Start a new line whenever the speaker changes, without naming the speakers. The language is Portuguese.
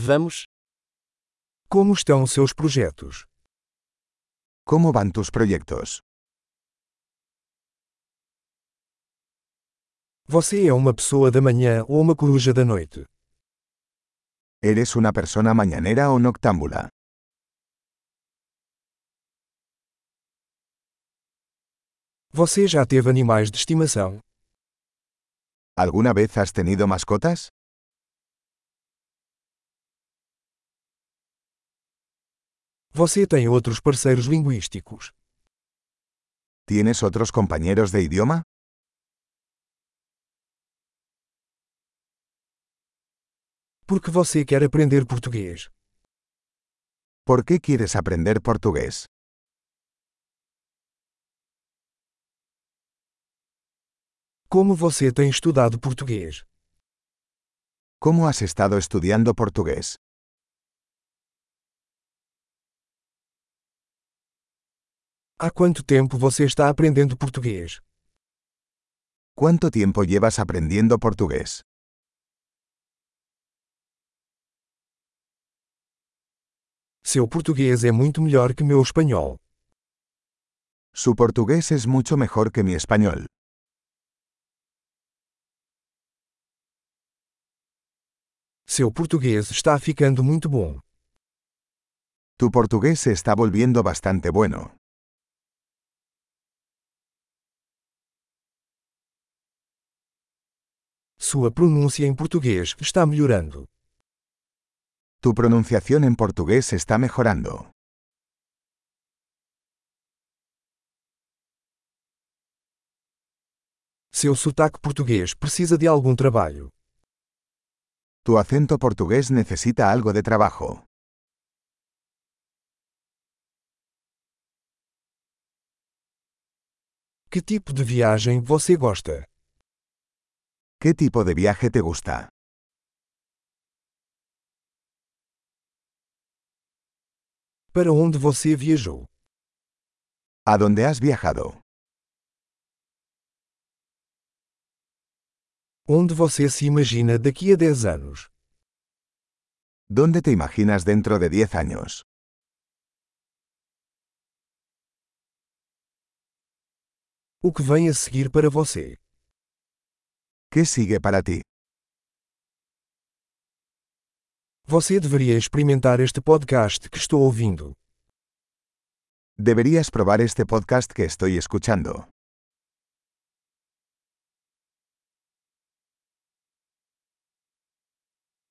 Vamos.
Como estão seus projetos?
¿Cómo van tus proyectos?
Você é uma pessoa da manhã ou uma coruja da noite?
¿Eres una persona mañanera o noctámbula?
Você já teve animais de estimação?
¿Alguna vez has tenido mascotas?
Você tem outros parceiros linguísticos?
¿Tienes otros compañeros de idioma?
Por que você quer aprender português?
¿Por qué quieres aprender portugués?
Como você tem estudado português?
¿Cómo has estado estudiando portugués?
Há quanto tempo você está aprendendo português?
¿Cuánto tiempo llevas aprendiendo portugués?
Seu português é muito melhor que meu espanhol.
Su portugués es mucho mejor que mi español.
Seu português está ficando muito bom.
Tu portugués se está volviendo bastante bueno.
Sua pronúncia em português está melhorando.
Tu pronunciación en portugués está mejorando.
Seu sotaque português precisa de algum trabalho.
Tu acento portugués necesita algo de trabajo.
Que tipo de viagem você gosta?
¿Qué tipo de viaje te gusta?
Para onde você viajou?
¿A dónde has viajado?
Onde você se imagina daqui a 10 anos?
¿Dónde te imaginas dentro de 10 años?
O que vem a seguir para você?
¿Qué sigue para ti?
Você deveria experimentar este podcast que estou ouvindo.
Deberías probar este podcast que estoy escuchando.